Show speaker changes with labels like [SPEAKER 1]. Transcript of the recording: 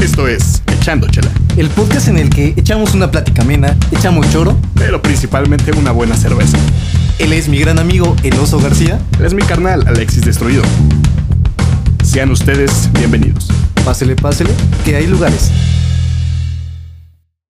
[SPEAKER 1] Esto es Echando Chela,
[SPEAKER 2] El podcast en el que echamos una plática amena, echamos choro.
[SPEAKER 1] pero principalmente una buena cerveza.
[SPEAKER 2] Él es mi gran amigo, el oso García.
[SPEAKER 1] Es mi carnal Alexis Destruido. Sean ustedes bienvenidos.
[SPEAKER 2] Pásele, pásele, que hay lugares.